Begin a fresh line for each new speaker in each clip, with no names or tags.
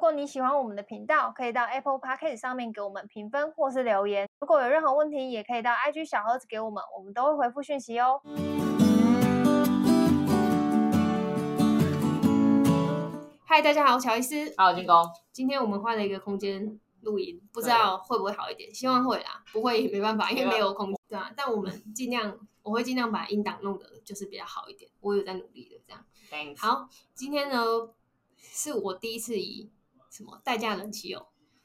果你喜欢我们的频道，可以到 Apple Podcast 上面给我们评分或是留言。如果有任何问题，也可以到 IG 小盒子给我们，我们都会回复讯息哦。嗨，大家好，我乔伊斯。
好，军工，
今天我们换了一个空间录音，不知道会不会好一点，希望会啦，不会也没办法，因为没有空间，对啊。但我们尽量，我会尽量把音档弄得就是比较好一点，我有在努力的这样。
Thanks。
好，今天呢是我第一次以什么代驾人骑友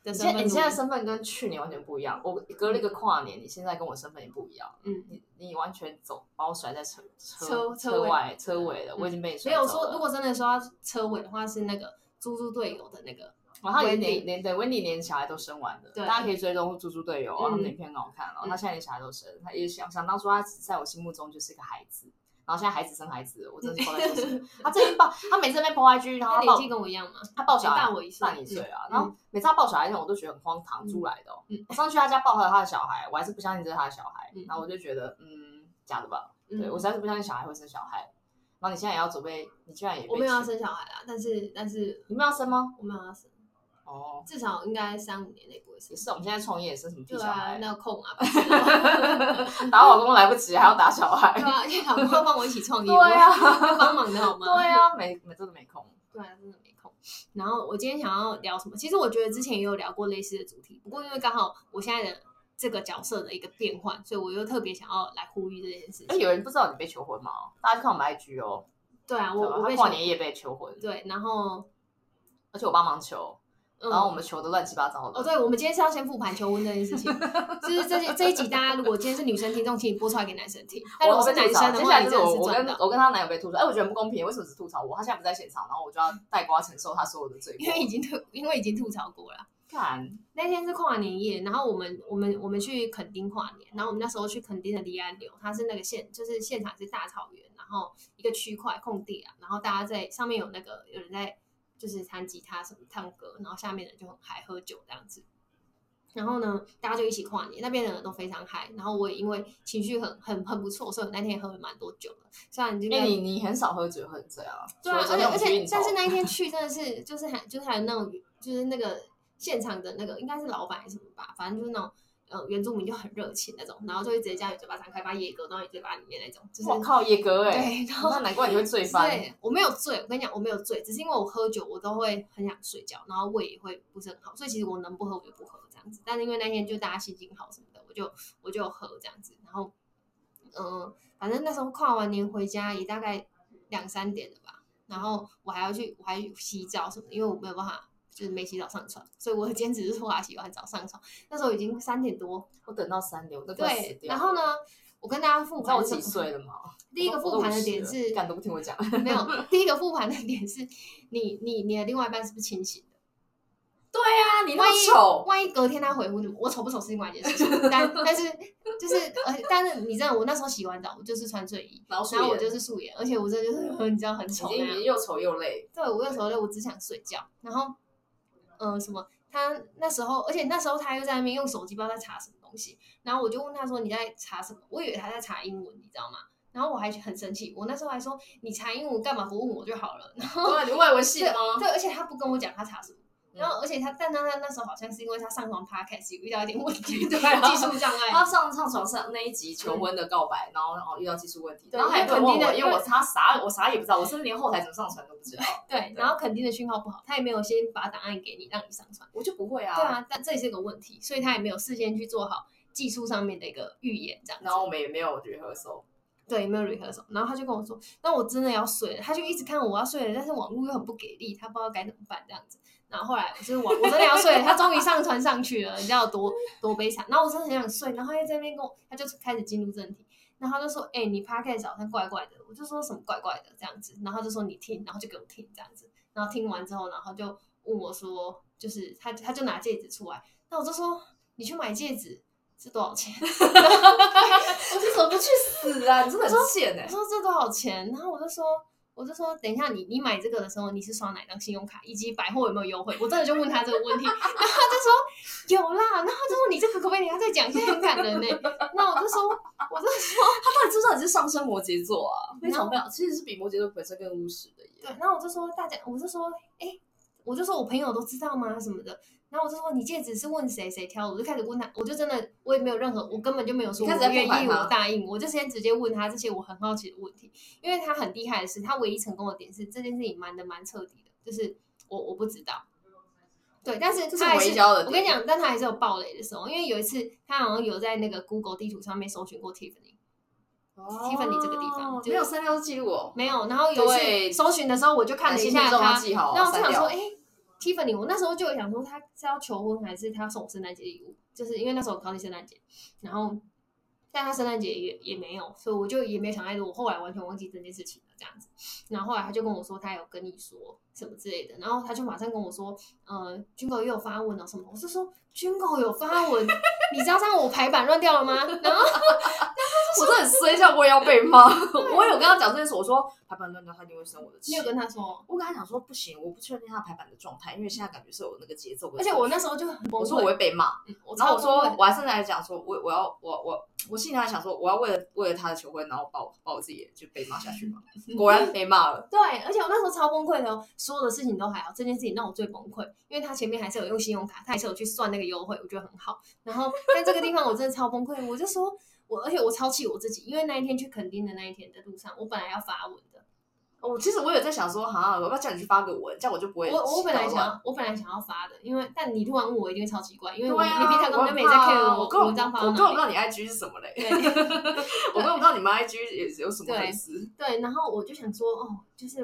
的
你现在你
身份录
现在
音
身份跟去年完全不一样，我隔了一个跨年，你现在跟我身份也不一样，
嗯，
你你完全走把我甩在车
车
车
车尾
外车尾了，我已经被你甩
所以
走
我
了。
说，如果真的说要车尾的话，是那个猪猪队友的那个，
然后他连
Wendy
连连对 Wendy 连小孩都生完了，
对
大家可以追踪猪猪队友，然后他们
嗯
的影片很好看，然后
嗯
他现在连小孩都生，他也想想当初他在我心目中就是个孩子，然后现在孩子生孩子了，我真的是抱在手 心他最近抱，他每次在那边 po IG，然后
他
他
年
抱
纪跟我一样嘛，
他抱小孩
大我一岁
大你一岁啊
嗯，
然后每次他抱小孩那种，我都觉得很荒唐，租来的哦
嗯。
我上去他家抱他他的小孩，我还是不相信这是他的小孩
嗯，
然后我就觉得嗯，假的吧，
嗯
对我实在是不相信小孩会生小孩。然后你现在也要准备，你居然也被
我没有要
请，
生小孩啦，但是但是
你们要生吗？
我没有要生，
哦，
至少应该三五年内不会生
也。是，我们现在创业也生什么屁
对
小
啊，
孩？
那有空啊，不是 哦
打老公来不及，还要打小
对
孩。
啊，因为 老公要帮我一起创业，
对啊
我要帮忙的好吗？
对啊，没没真的没空。
对啊，真的没空。然后我今天想要聊什么？其实我觉得之前也有聊过类似的主题，不过因为刚好我现在的这个角色的一个变换，所以我又特别想要来呼吁这件事
哎，
情。
有人不知道你被求婚吗？大家去看我们 IG 哦。
对啊，我
对吧
我
他
被
跨
求
年夜被求婚，
对，然后
而且我帮忙求，
嗯，
然后我们求的乱七八糟的。
哦，对，我们今天是要先复盘求婚这件事情，就是这些这一集大家如果今天是女生听众，请你播出来给男生听；但如
我
果是
被
男
吐槽
生的
接
话，
下来
你
就
真
是
的啊
我
是
我
赚
跟
到，
我跟她男友被吐槽，哎，我觉得很不公平，为什么只吐槽我？他现在不在现场，然后我 就要带瓜承受他所有的罪
因为已
过。
经吐，因为已经吐槽过了。
看，
那天是跨年夜，然后我们我们我们去垦丁跨年，然后我们那时候去垦丁的离岸流，它是那个现就是现场是大草原，然后一个区块空地啊，然后大家在上面有那个有人在就是弹吉他什么唱歌，然后下面的人就很嗨喝酒这样子。然后呢，大家就一起跨年，那边的人都非常嗨。然后我也因为情绪很很很不错，所以我那天也喝了蛮多酒的。虽然今
因为
天
哎你你很少喝酒，很这样。
对啊，
除了昨
而且
天我
而
们去
且
应，酬
但是那一 天去真的是，就是还就是还有那种，就是那个现场的那个应该是老板还是什么吧，反正就是那种呃原住民就很热情那种，然后就会直接叫你嘴巴张开，把野狗弄到你嘴巴里面那种，就是
我靠，野哥哎，
对，然后
那难怪你会醉翻。
对，我没有醉，我跟你讲，我没有醉，只是因为我喝酒，我都会很想睡觉，然后胃也会不是很好，所以其实我能不喝我就不喝这样子。但是因为那天就大家心情好什么的，我就我就喝这样子，然后嗯、呃反正那时候跨完年回家也大概两三点了吧，然后我还要去我还洗澡什么的，因为我没有办法。就是没洗澡上床，所以我的 坚持是拖把洗完澡上床。那时候已经三点多，
我等到三点，我都快死
对。
掉了。
然后呢，我跟大家复
你知道我
盘是什
几
么
岁了吗？
第一个
我都
复盘的
50
点
了
是，
干都不听我讲。
没有，第一个复盘的点是你你你的另外一半是不是清醒的？
啊， 你
万一，万一隔天他回复你，我丑不丑是另外一件事情，但但是就是呃，但是你知道，我那时候洗完澡，我就是穿睡衣，
然后
然后我就是素颜，而且我真的就是 你知道很丑那样。
又丑又 累。
对我有时候累，我只想睡觉。然后，呃，什么？他那时候，而且那时候他又在那边用手机不知道在查什么东西。然后我就问他说：“你在查什么？”我以为他在查英文，你知道吗？然后我还很生气，我那时候还说：“你查英文干嘛不问我就好了？”然后
对，你外文系
对
的吗？
对，而且他不跟我讲他查什么。
嗯
然后，而且他，但他他那时候好像是因为他上传 podcast 有遇到一点问 题，
对啊
技术障碍，
他上上床上那一集求婚的告白，然后然后遇到技术问题，
对
然后还
因为
问我
肯定的，
因为我他啥我啥也不知道，我甚至连后台怎么上传都不知道。
对，然后肯定的讯号不好，他也没有先把档案给你让你上传，
我就不会啊。
对。啊，但这也是个问题，所以他也没有事先去做好技术上面的一个预演，这样子，
然后我们也没有 rehearsal，
对，没有 rehearsal，然后他就跟我说，那我真的要睡了，他就一直看我要睡了，但是网络又很不给力，他不知道该怎么办这样子。然后后来我就是我我真的要睡了，他终于上传上去了，你知道有多多悲惨。然后我真的很想睡，然后他就在那边跟我，他就开始进入正题，然后他就说：“哎、你 podcast 好像怪怪的。”我就说什么怪怪的这样子，然后他就说你听，然后就给我听这样子，然后听完之后，然后就问我说，就是他他就拿戒指出来，那我就说你去买戒指是多少钱？
我是怎么不去死啊？你真的很贱哎
我！说这多少钱？然后我就说，我就说，等一下你你买这个的时候，你是刷哪张信用卡，以及百货有没有优惠？我真的就问他这个问题，然后他就说有啦，然后他就说你这个可不可以等一下再讲？现在很感人呢、欸那我就说，我就说，
他到底知不知道你是上升摩羯座啊？非
然后
常非常，其实是比摩羯座本身更务实的耶。
对，然后我就说大家，我就说，哎、我就说我朋友都知道吗什么的，然后我就说你戒指是问谁谁挑的，我就开始问他，我就真的我也没有任何，我根本就没有说
你
我
开始在
愿
复盘
意
吗
我答应，我就先直接问他这些我很好奇的问题，因为他很厉害的是，他唯一成功的点是这件事情瞒的蛮彻底的，就是我我不知道。对，但是
这是
他还
微
是
焦的
我跟你
点
讲，但他还是有暴雷的时候，因为有一次他好像有在那个 Google 地图上面搜寻过 Tiffany，Tiffany 这个地方
哦
就
没有删掉记录哦，
没有，然后有一
对
次搜寻的时候我就看了一下
重要
他，
记好哦，
然后我就
删
想
掉
说，哎、t i f f a n y 我那时候就有想说他是要求婚还是他要送我圣诞节礼物，就是因为那时候我高兴圣诞节，然后但他圣诞节也也没有，所以我就也没有想太多，我后来完全忘记这件事情了这样子。然后后来他就跟我说他有跟你说什么之类的，然后他就马上跟我说，呃，军狗也有发文哦什么的，我是说军狗有发文， 你知道这样我排版乱掉了吗？然后。
我真的很衰，这样我也要被骂。我有跟他讲这件事，我说排版乱掉，他一定会生我的气
你有。跟他说？
我跟他讲说不行，我不确定他排版的状态，因为现在感觉是有那个节奏跟。
而且我那时候就很崩溃，
我说我会被骂，
嗯，我
然后我
超崩
说
溃的
我还甚至还讲说，我我要我我我心里还想说，我要为了为了他的求婚，然后把我把我自己也就被骂下 去嘛。果然被骂了，
对，而且我那时候超崩溃的哦，所有的事情都还好，这件事情让我最崩溃，因为他前面还是有用信用卡，他还是有去算那个优惠，我觉得很好。然后但这个地方我真的超崩溃，我就说我，而且我超气我自己，因为那一天去垦丁的那一天的路上，我本来要发文的，哦
我其实我有在想说，哈，我要不要叫你去发个文，这样我就不会
我我本来
搞乱
想我本来想要发的，因为但你突然问我，一定会超奇怪，因为我、
对啊，
你平常根本就没在 care
我
我
根本
文章发
我
到
根本
哪
不知
里。
道你 IG 是什么嘞，
对
我根本不知道你们 IG 也有什么粉丝。
对，然后我就想说，哦，就是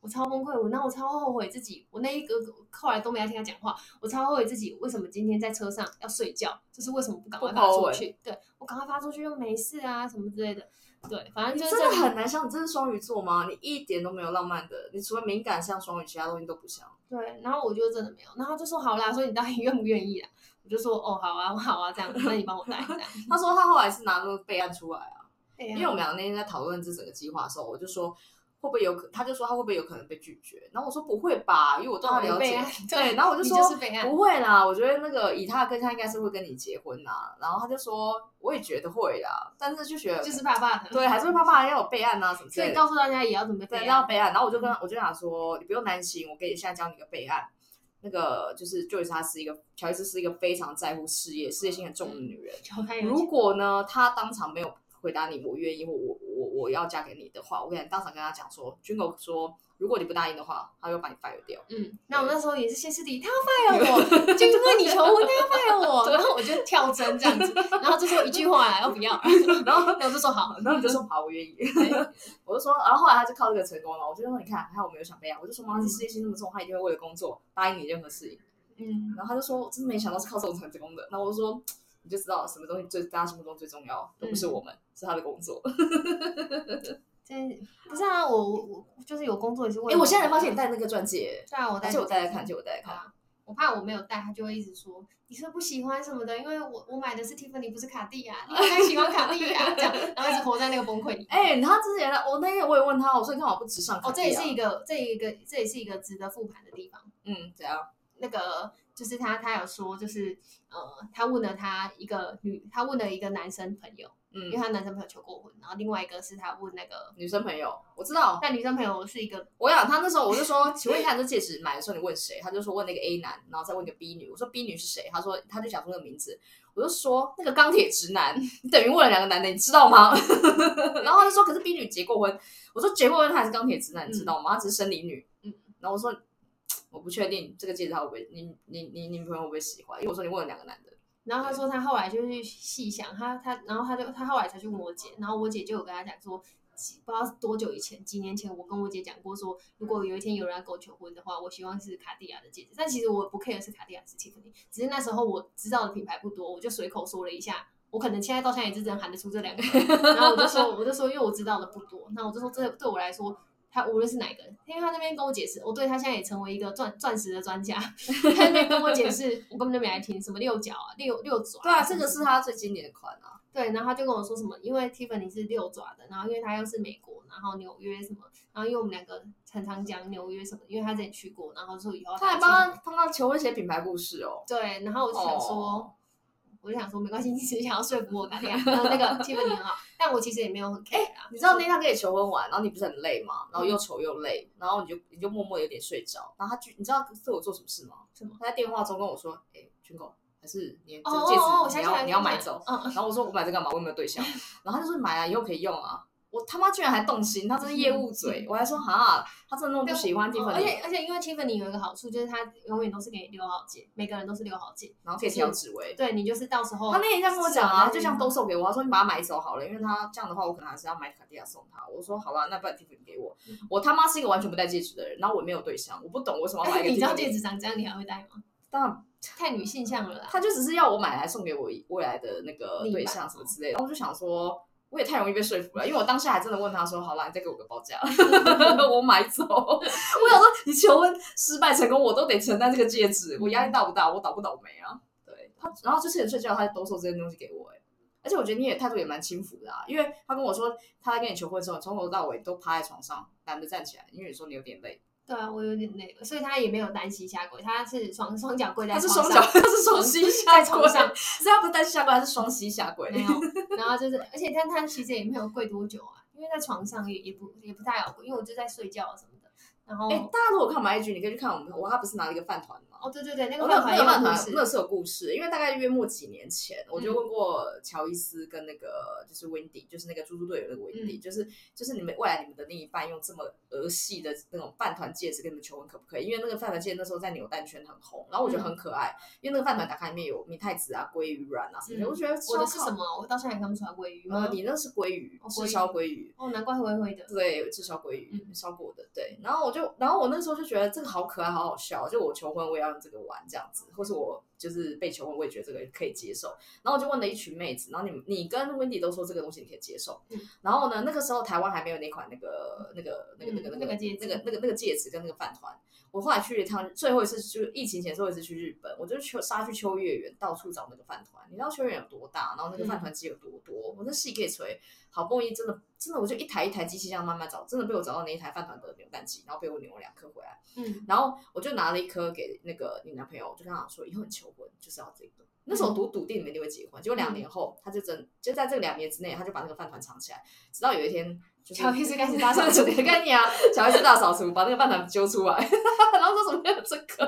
我超崩溃，我那我超后悔自己，我那一个后来都没来听他讲话，我超后悔自己为什么今天在车上要睡觉，就是为什么不赶快
不
发
po
出
文
去？对我赶快发出去又没事啊，什么之类的。对，反正
你
就是
真的
这样
很难像，你真是双鱼座吗？你一点都没有浪漫的，你除了敏感像双鱼，其他东西都不像。
对。然后我就真的没有，然后他就说好啦，所以你到底 愿不愿意啊？我就说哦，好啊，好啊，这样，那你帮我 带这样。哎
他说他后来是拿那个备案出来啊，
因
因为我们两个那天在讨论这整个计划的时候，我就说会不会有可，他就说他会不会有可能被拒绝，然后我说不会吧，因为我对他了
备
解
案，，
对，然后我就
啊你
说
就是备案，
不会啦，我觉得那个以他的个性，他应该是会跟你结婚啦。然后他就说我也觉得会啦，但是就觉得
就是爸爸的。
对，还是会怕怕要有备案啊什么之
所
类
以
的。
告诉啊大家也要准备
对，
备案
要。备案。然后我就跟我就想说，你不用担心，我给你现在教你一个备案。那个就是 Joyce，她是一个乔伊斯是一个非常在乎事业、事业心很重的女人。
求他有
如果呢，她当场没有回答你“我愿意”或“我我我要嫁给你”的话，我跟你讲当场跟她讲说，军狗说，如果你不答应的话，他会把你 fire 掉。
嗯，那我那时候也是歇斯底，里，他要 fire 我，就因为你求婚，他要 fire 我， 然后我就跳针这样子，然后就说一句话哦要不 要，
然后
然后我就说好，
然后你就说好，我愿意。 我就说，然后后来他就靠这个成功了。我就说，你看，还好我没有想备案。我就说，妈，这事业心那么重，他一定会为了工作答应你任何事情。
嗯，
然后他就说，真没想到是靠这种成功的。然后我就说，你就知道什么东西最大家心目中最重要，都不是我们，是他的工作。
真不是啊，我我我就是有工作也是为
哎，
了啊
我现在才发现你，戴那个钻戒，
对啊，我
而
带
且我戴戴看，而且我戴戴看。
啊，我怕我没有带，他就会一直说你是不是不喜欢什么的，因为我我买的是 Tiffany 不是卡地亚，你应该喜欢卡地亚这样， 然后一直活在那个崩溃里。
哎，他之前我那天我也问他，我说你干嘛不直上？啊
哦，这也是一个这一个这也是一个值得复盘的地方。
嗯，怎样？
那个就是他，他有说，就是呃，他问了他一个女，他问了一个男生朋友，因为
嗯，
他男生朋友求过婚，然后另外一个是他问那个，
女生朋友，我知道。
但女生朋友是一个，
我想他那时候我就说，请问一下，你这戒指买的时候你问谁？他就说问那个 A 男，然后再问那个 B 女。我说 B 女是谁？他说他就讲出那个名字。我就说那个钢铁直男， 你等于问了两个男的，你知道吗？ 然后他就说可是 B 女结过婚。我说结过婚他还是钢铁直男，你知道吗？他只是生理女。
嗯。
然后我说嘖我不确定这个戒指他会不会，你你你你女朋友会不会喜欢？因为我说你问了两个男的。
然后他说他后来就去细想，他他，然后他就他后来才去问我姐，然后我姐就有跟他讲说。几不知道是多久以前，几年前，我跟我姐讲过说，如果有一天有人要跟我求婚的话，我希望是卡地亚的戒指。但其实我不 care 是卡地亚是 Tiffany，只是那时候我知道的品牌不多，我就随口说了一下。我可能现在到现在也是只能喊得出这两个，
嗯
然后我就说，我就说，因为我知道的不多，那我就说，这对我来说，他无论是哪一个，因为他那边跟我解释，我对他现在也成为一个钻钻石的专家， 他那边跟我解释，我根本就没来听，什么六角啊，六六爪、
对啊，这个是他最经典的款啊。
对，然后他就跟我说什么，因为 Tiffany 是六爪的，然后因为他又是美国，然后纽约什么，然后因为我们两个很常讲纽约什么，因为他之前去过，然后说以后
他还
去
帮他帮他求婚写品牌故事哦。
对，然后我就想说，
哦
我就想说没关系，你只是想要说服我，感觉那个 Tiffany 很好，但我其实也没有很 care 啊啦。
哎你知道那天他跟你求婚完，然后你不是很累吗？然后
嗯
又丑又累，然后你就你就默默有点睡着。然后他就你知道对我做什么事吗？
什么？
他在电话中跟我说：“哎、军狗，还是你这
哦
个
哦
戒指
哦，我想
你
起来
要
了，
你要买走。”
嗯，嗯
然后我说：“我买这干嘛？我又没有对 象。”然后他就说：“买啊，以后可以用啊。”我他妈居然还动心，他真是业务 嘴。我还说：“哈，他真的那么不喜欢蒂
哦
芬
而
尼，
且而且因为 Tiffany 有一个好处，就是它永远都是给你留好戒，每个人都是留好戒。
然后可以调指纹。”
对你就是到时候
他那天在跟我讲啊，
哦是嗯
就像兜售给我，他说你把它买走好了，因为他这样的话，我可能还是要买卡地亚送他。我说好 吧，那不然 Tiffany 给我。
嗯
我他妈是一个完全不戴戒指的人，然后我没有对象，我不懂为什么要买
哎，
一个
你
Tiffany。
知道戒指长这样，你还会戴吗？
当然，
太女性向了啦。
他就只是要我买来送给我未来的那个对象什么之
哦
类的。然后我就想说，我也太容易被说服了，因为 我当下还真的问他说，好啦，你再给我个报价，我买走。我想说，你求婚失败成功，我都得承担这个戒指，
嗯
我压力大不大？我倒不倒霉啊？对他，然后之前睡觉，他就兜售这些东西给我、欸，而且我觉得你也态度也蛮轻浮的啊，因为他跟我说他在跟你求婚的时候，你从头到尾都趴在床上，懒得站起来，因为你说你有点累。
对啊，我有点累，所以他也没有单膝下跪，他是双双脚跪在
他是
床
双
上
脚，他是双膝下
在
跪，
床上
所以他不是单膝下跪，他是双膝下跪。
没有，然后就是， 而且但他其实也没有跪多久啊，因为在床上也也不也不太好跪，因为我就在睡觉啊什么的。然后、
哎、大家如果看我们 IG，你可以去看我们，我他不是拿了一个饭团吗？
哦哦，对对对，那
那
个
个那
团
个饭团
故事，嗯
那是有故事，因为大概约莫几年前，我就问过乔伊斯跟那个就是 Wendy，就是那个猪猪队友
嗯
那个 Wendy，、就是就是你们未来你们的另一半用这么儿戏的那种饭团戒指跟你们求婚可不可以？因为那个饭团戒指那时候在扭蛋圈很红，然后
嗯
我觉得很可爱，因为那个饭团打开里面有米太子啊、鲑鱼卵啊什么的，
嗯
我觉得
我
超
的是
靠
什？么？我到现在还看不出来鲑鱼吗
呃，？你那是鲑鱼
哦，鲑
是
鱼
烧鲑鱼。
哦，难怪灰灰的。
对，吃小鲑鱼，
嗯
烧过的，对。然后我就，然后我那时候就觉得这个好可爱，好好笑。就我求婚，我也要用这个玩这样子，或是我就是被求婚，我也觉得这个可以接受。然后我就问了一群妹子，然后你们你跟 Wendy 都说这个东西你可以接受。
嗯
然后呢，那个时候台湾还没有那款那个那个那个那个
嗯
那
那
个
个戒指
那个那个那个戒指跟那个饭团。我后来去了一趟，最后一次就是疫情前最后一次去日本，我就去杀去秋叶原到处找那个饭团。你知道秋叶原有多大，然后那个饭团机有多多，我那细可以锤。好不容易真的真的，我就一台一台机器这样慢慢找，真的被我找到那一台饭团的扭蛋机，然后被我扭了两颗回来，
嗯，
然后我就拿了一颗给那个你男朋友，我就跟他讲说，以后你求婚就是要这个。那
嗯
时候我赌笃定你们一定会结婚，结果两年后他就真就在这两年之内，他就把那个饭团藏起来，直到有一天。就是
乔伊斯开 始大扫除
对跟你啊，乔伊斯大扫除，把那个饭团揪出来， 然后说怎么没有这个，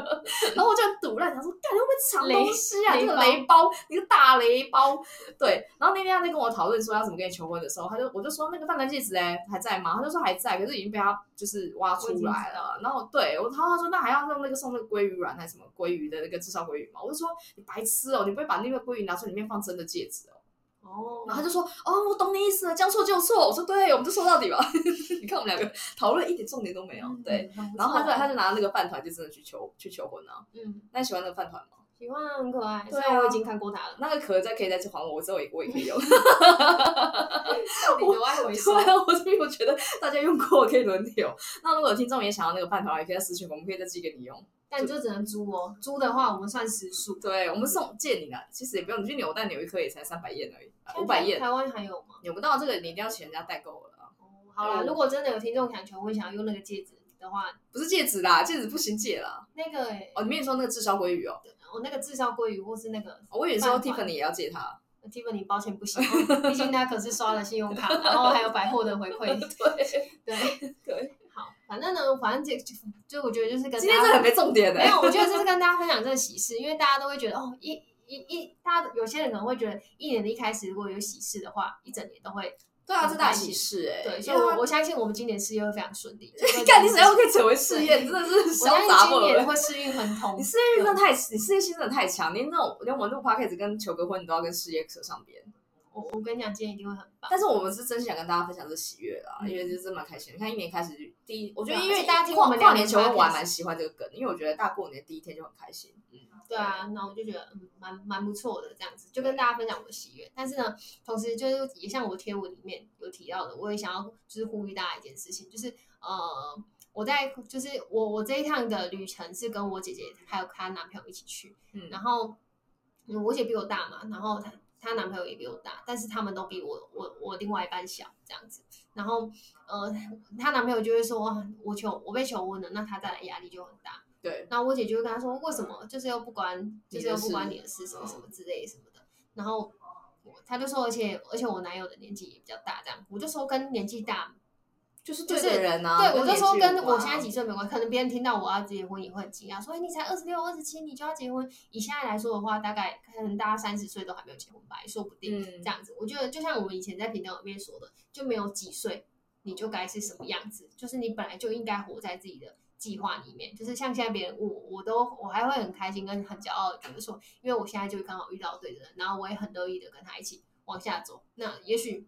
然后我就很堵烂，想说，干会不会藏东西啊？
雷
这个
雷包
雷包，一个大雷包，对，然后那天他在跟我讨论说要怎么跟你求婚的时候，他就我就说那个饭团戒指哎还在吗？他就说还在，可是已经被他就是挖出来了。然后对我，然后他说那还要用那个送那个鲑鱼软还是什么鲑鱼的那个炙烧鲑鱼嘛？我就说你白痴哦，你不会把那个鲑鱼拿出里面放真的戒指哦。
哦，
然后他就说哦，我懂你意思了，将错就错。我说对，我们就说到底吧。 你看我们两个讨论一点重点都没有，对。
嗯，很不
然后他就
错
他就拿那个饭团就真的去求去求婚啊。
嗯，
那你喜欢那个饭团吗？
喜欢啊很可爱，
对啊
虽然我已经看过他 了，
那个壳再可以再去还我，我之后也我也可以用。
到底有爱回收
对，啊，我这边我觉得大家用过可以轮流。那如果有听众也想要那个饭团，也可以在私信我们，可以再寄给你用。
但啊就只能租哦，租的话我们算时数，
对，我们
嗯
送借你啦，其实也不用你去扭蛋扭一颗也才三百燕而已，五百
现在
燕
台湾还有吗？
扭不到这个，你一定要请人家代购了啊。
哦好啦，
有
如果真的有听众想求婚，想要用那个戒指的话，
不是戒指啦，戒指不行戒啦。
那个欸
哦，你没有说那个炙烧鲑鱼哦，
我那个炙烧鲑鱼或是那个
哦我有时候
饭团
Tiffany 也要借 他。
Tiffany 抱歉不 行，毕竟他可是刷了信用卡，然后还有百货的回馈。
对
对，
对，
好，反正呢，反正这就就我觉得就是跟大
今天这
家
很没重点呢、
没有，我觉得这是跟大家分享这个喜事，因为大家都会觉得哦，一一一，大家有些人可能会觉得一年的一开始如果有喜事的话，一整年都会
对啊，这大喜事哎、
对，所
因
以
为
我
我
我相信我们今年事业会非常 顺利。
看你只要可以成为事业，你真的是
我
潇
相
洒
信
不
今
伦
年。会事运很通
你。事业心真的
啊
太，你事业心真的太强，连那种连我们录 podcast 跟求个婚，你都要跟事业扯上边。
我我跟你讲，今年一定会很棒。
但是我们是真心想跟大家分享这喜悦啦，
嗯
因为就是蛮开心的。你看一年开始就第一，我觉得
对啊
因为
而且大家听
跨
我们
跨
两
年
年
求婚，我还
podcast
蛮喜欢这个梗，因为我觉得大过年第一天就很开心。嗯，
对啊，那我就觉得嗯，蛮蛮不错的这样子，就跟大家分享我的喜悦。但是呢，同时就是也像我贴文里面有提到的，我也想要就是呼吁大家一件事情，就是呃，我在就是我我这一趟的旅程是跟我姐姐还有她男朋友一起去，
嗯，
然后嗯我姐比我大嘛，然后她她男朋友也比我大，但是他们都比我我我另外一半小这样子。然后呃，她男朋友就会说，哇我求我被求婚了，那他带来压力就很大。
对，
然后我姐就会跟他说，为什么就是又不关，就是又不关你的事什么
嗯
什么之类什么的。然后过。他就说，而且而且我男友的年纪也比较大，这样我就说跟年纪大，
就是
就
对
是
的人啊，
对我就说
年纪
跟
无关
我现在几岁没关系，可能别人听到我要结婚也会很惊讶，说哎你才二十六、二十七你就要结婚，以现在来说的话，大概可能大家三十岁都还没有结婚吧，也说不定。
嗯
这样子。我觉得就像我们以前在频道里面说的，就没有几岁你就该是什么样子，就是你本来就应该活在自己的计划里面。就是像现在别人问我，我都我还会很开心跟很骄傲的觉得说，因为我现在就刚好遇到对的人，然后我也很乐意的跟他一起往下走。那也许。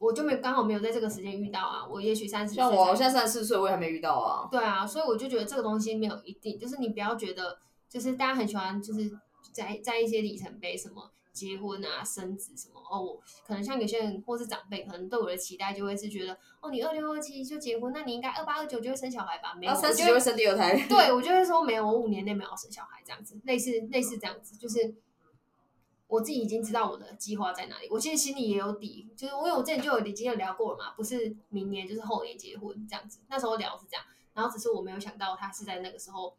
我就没刚好没有在这个时间遇到啊，我也许三十岁
像我，
才
我现在三十四岁，我也还没遇到啊。
对啊，所以我就觉得这个东西没有一定，就是你不要觉得，就是大家很喜欢，就是在在一些里程碑，什么结婚啊、生子什么哦，我可能像有些人或是长辈，可能对我的期待就会是觉得，哦，你二六二七就结婚，那你应该二八二九就会生小孩吧？没有，
然后
我
啊三十
就
就会
会
生第二 胎，
对我就会说没有，我五年内没有要生小孩，这样子，类似类似这样子，就是我自己已经知道我的计划在哪里，我其实心里也有底，就是因为我之前就有已经有聊过了嘛，不是明年就是后年结婚这样子，那时候聊是这样，然后只是我没有想到他是在那个时候，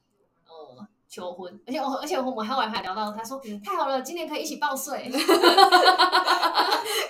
呃。求婚，而且我而且我们还晚还聊到，他说太好了，今年可以一起报税，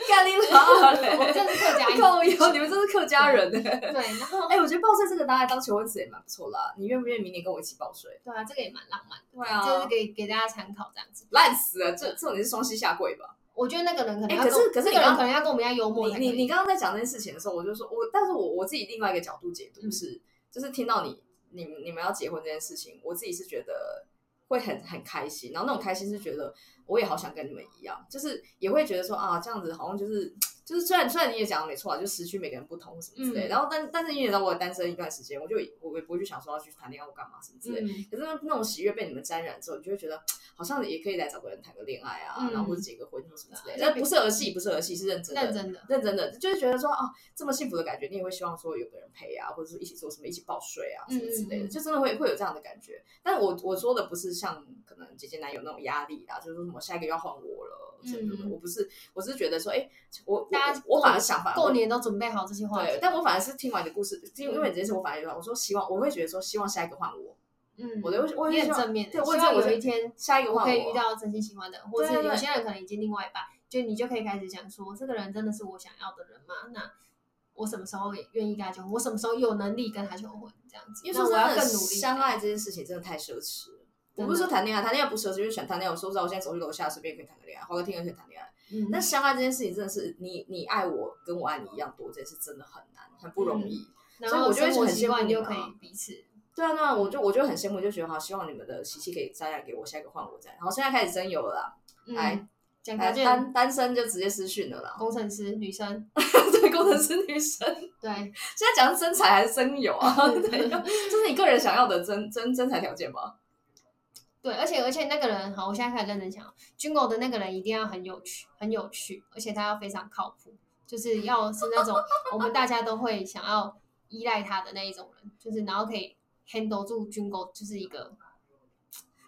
干你老
我
嘞！
真的是客家人
靠腰，你们真是客家人呢。
对，然后
哎、我觉得报税这个拿来当求婚词也蛮不错啦。你愿不愿意明年跟我一起报税？
对啊，啊这个也蛮浪漫的，
对
就是给给大家参考这样子。
烂死了！这这种你是双膝下跪吧？
我觉得那个人可能
哎
要
可
跟我、
是可是
那
你
个人
刚
可能要跟我们一样幽默
你
才可以，
你你刚刚在讲这件事情的时候，我就说我，但是我我自己另外一个角度解读是，就是听到你你你们要结婚这件事情，我自己是觉得会很很开心，然后那种开心是觉得我也好想跟你们一样，就是也会觉得说啊，这样子好像就是。就是虽然虽然你也讲的没错啊，就时区每个人不同什么之类的，
嗯
然后但但是你也知道我单身一段时间，我就我也不会去想说要去谈恋爱或干嘛什么之类的，
嗯
可是那那种喜悦被你们沾染之后，你就会觉得好像也可以来找个人谈个恋爱啊，
嗯
然后或者结个婚或什么之类的。
对
但不是儿戏，不是儿戏，是认真的，
认真的，
认真的，就是觉得说哦，这么幸福的感觉，你也会希望说有个人陪啊，或者是一起做什么，一起报税啊，什么之类
嗯嗯
的，
嗯
就真的会会有这样的感觉。但我我说的不是像可能姐姐男友那种压力啊，就是说什么下一个月要换我了，什么的，
嗯
我不是，我是觉得说，哎，我我
大家
啊我
过
反而想法
过年都准备好这些话
对
题，，
但我反而是听完你的故事，因为因为你这件事，我反而有我说希望，我会觉得说希望下一个换我，
嗯，
我都会我会
你很
希望
正面的，
对我也
希望
觉得
有一天
下一个
我
换
可以遇到真心喜欢的，或
对
是
对对
有些人可能已经另外一半，就你就可以开始想说，这个人真的是我想要的人吗？那我什么时候也愿意跟他求婚？我什么时候有能力跟他求婚？这样子，
因为
那
说
我
真
要
的，
更努力。
相爱这件事情真的太奢侈了。我不是
真
说
的
谈恋爱，谈恋爱不奢侈，就是想谈恋爱。我说不知道，我现在走去楼下随便可以谈个恋爱，花个天鹅可以谈恋爱。
嗯，
但相爱这件事情真的是你你爱我跟我爱你一样多，这是真的很难，很不容易。
然
所以
后
我就会
生活
很
习
羡慕
惯
你
就
们
可以
啊
彼此，
对啊，对啊，我就我就很羡慕，就觉得好，希望你们的喜气可以沾染给我，下一个换我沾染。好，现在开始真有了啦，来
嗯，讲条
来
件，
单单身就直接私讯了啦。
工程师女生，
对，工程师女生，
对，
现在讲身材还是真有 啊？对，就是你个人想要的真真真材条件吧。
对，而且而且那个人，好，我现在开始认真想，军狗的那个人一定要很有趣，很有趣，而且他要非常靠谱，就是要是那种我们大家都会想要依赖他的那一种人，就是然后可以 handle 住军狗，就是一个。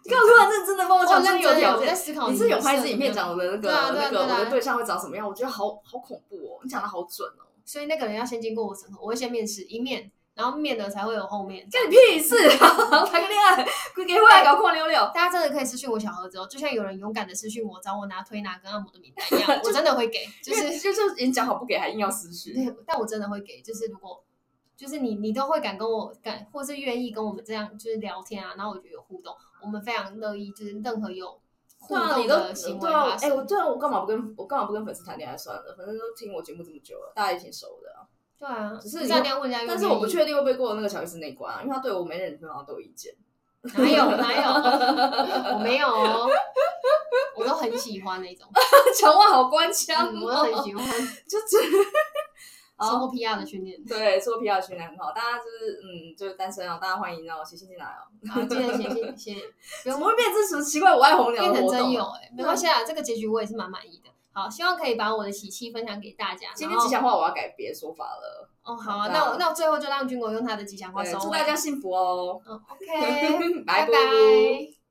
你干嘛突然认真的帮我讲真
认
的有
真
条
有我在
件？
思考，
你是有拍自己影片，讲我的那个
啊对啊对
那个
啊对啊
我的对象会长什么样？我觉得好好恐怖哦！你讲的好准哦！
所以那个人要先经过我审核，我会先面试一面，然后面了才会有后面。
干你屁事 啊！谈个恋爱，给回来搞跨溜溜。
大家真的可以私讯我小盒子哦，就像有人勇敢的私讯我，找我拿推拿跟按摩的名单一样，我真的会给，就
就是是就就已经讲好不给，还硬要私讯。
对，但我真的会给，就是如果就是你你都会敢跟我敢，或是愿意跟我们这样就是聊天啊，然后我觉得有互动，我们非常乐意，就是任何有互
对啊，
动
你都
的行为
对啊
发，
哎，
生。
我对啊，我干嘛不跟我干嘛不跟粉丝谈恋爱算了？反正都听我节目这么久了，大家也挺熟的啊。
对啊，
只是
你
你
这样问人家愿意，
但是我不确定会不会过那个乔伊斯那一关啊，因为他对我每任女朋友好像都有意见。
哪 有哪有，我没有哦，我都很喜欢那种，
讲话好官腔
嗯，我都很
哦，
喜欢
就这。哦
受过 PR 的训练。
对，做 PR 群很好，大家就是嗯，就是单身啊，大家欢迎哦，写信进来哦。
好，记得写 信写，不
怎
用
么会变成什么奇怪？我爱红娘
变
的
成
活
真
动
有
啊？
哎、没关系啊，这个结局我也是蛮满意的。好，希望可以把我的喜气分享给大家。
今天
然后
吉祥话我要改别说法了，
哦，好啊，
对啊
那我那我最后就让军国用他的吉祥话
对
收
祝
尾
大。家幸福哦，
嗯，OK，
拜拜。
拜拜。